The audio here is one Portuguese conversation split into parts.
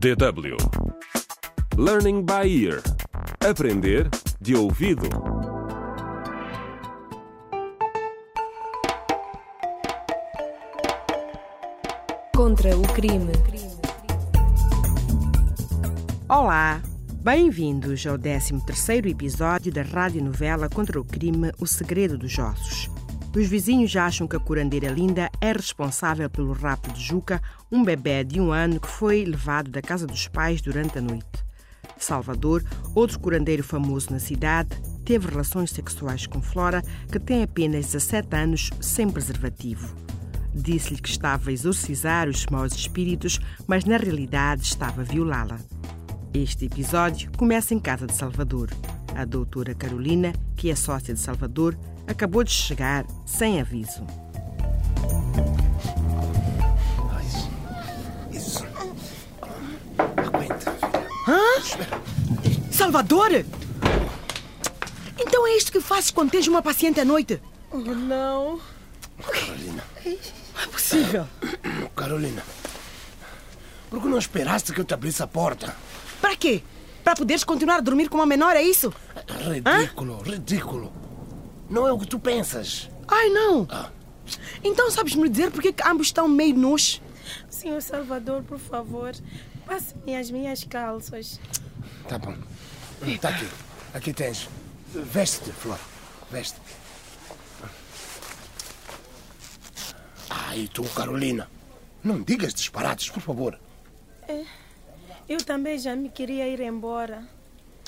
DW Learning by Ear Aprender de ouvido Contra o crime. Olá! Bem-vindos ao 13º episódio da radionovela contra o crime O Segredo dos Ossos. Os vizinhos acham que a curandeira Linda é responsável pelo rapto de Juca, um bebê de um ano que foi levado da casa dos pais durante a noite. Salvador, outro curandeiro famoso na cidade, teve relações sexuais com Flora, que tem apenas 17 anos, sem preservativo. Disse-lhe que estava a exorcizar os maus espíritos, mas na realidade estava a violá-la. Este episódio começa em casa de Salvador. A doutora Carolina, que é sócia de Salvador, acabou de chegar sem aviso. Isso. Aguenta. Salvador? Então é isto que fazes quando tens uma paciente à noite? Não. Carolina. Não é possível. Carolina. Por que não esperaste que eu te abrisse a porta? Para quê? Para poderes continuar a dormir com uma menor, é isso? Ridículo, ridículo. Não é o que tu pensas. Ai, não. Então sabes me dizer porque que ambos estão meio nus? Senhor Salvador, por favor, passe-me as minhas calças. Tá bom. Tá aqui. Aqui tens. Veste-te, Flor. Veste. Ai, tu, Carolina. Não digas disparates, por favor. Eu também já me queria ir embora.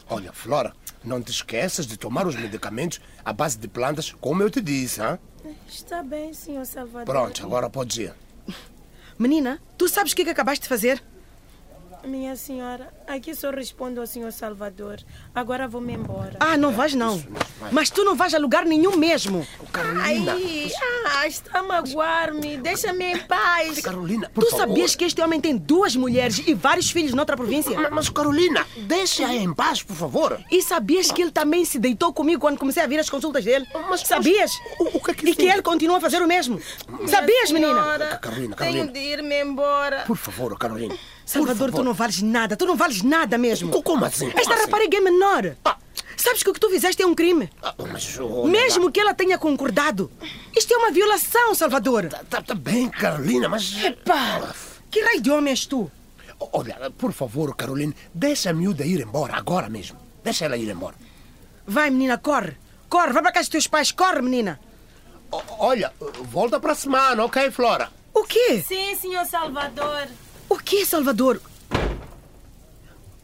Olha, Flora, não te esqueças de tomar os medicamentos à base de plantas, como eu te disse, hein? Está bem, senhor Salvador. Pronto, agora podes ir. Menina, tu sabes o que, é que acabaste de fazer? Minha senhora, aqui só respondo ao senhor Salvador. Agora vou-me embora. Ah, não vais não. isso mesmo, vai. Mas tu não vais a lugar nenhum mesmo. Carolina. Ai, ah, está a magoar-me. Deixa-me em paz. Carolina, por Tu favor. sabias que este homem tem duas mulheres e vários filhos noutra província? Ma- Mas, Carolina, deixa-a em paz, por favor. E sabias que ele também se deitou comigo quando comecei a vir as consultas dele? Oh, mas- sabias? o- o que é que e que foi? ele continua a fazer o mesmo. Sabias, menina? Senhora, Carolina, Carolina. tenho de ir-me embora. Por favor, Carolina. Salvador, tu não vales nada, tu não vales nada mesmo. Co- como assim? Como Esta assim? rapariga é menor. Ah. Sabes que o que tu fizeste é um crime. Ah, mas, olha lá. Mesmo que ela tenha concordado. Isto é uma violação, Salvador. Tá, tá- tá bem, Carolina, mas... Epá, que raio de homem és tu? Olha, por favor, Carolina, deixa a miúda ir embora, agora mesmo. Deixa ela ir embora. Vai, menina, corre. Corre, vai para casa dos teus pais, corre, menina. O- olha, volta pra semana, ok, Flora? O quê? Sim, senhor Salvador. O quê, Salvador?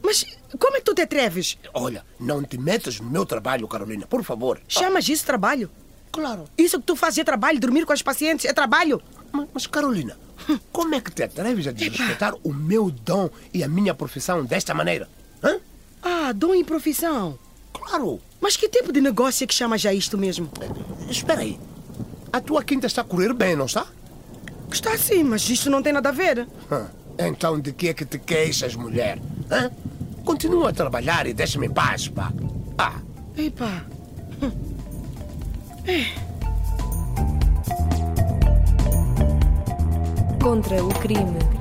Mas como é que tu te atreves? Olha, não te metas no meu trabalho, Carolina, por favor. Chamas isso trabalho? Claro. Isso que tu fazes é trabalho, dormir com as pacientes é trabalho. Mas, mas, Carolina, como é que te atreves a desrespeitar o meu dom e a minha profissão desta maneira? Hã? Ah, dom e profissão. Claro. Mas que tipo de negócio é que chamas já isto mesmo? Espera aí. A tua quinta está a correr bem, não está? Está assim, mas isto não tem nada a ver. Hã, Então de que é que te queixas, mulher? Hã? Continua a trabalhar e deixa-me em paz, pá. Ah, Epa. Contra o crime.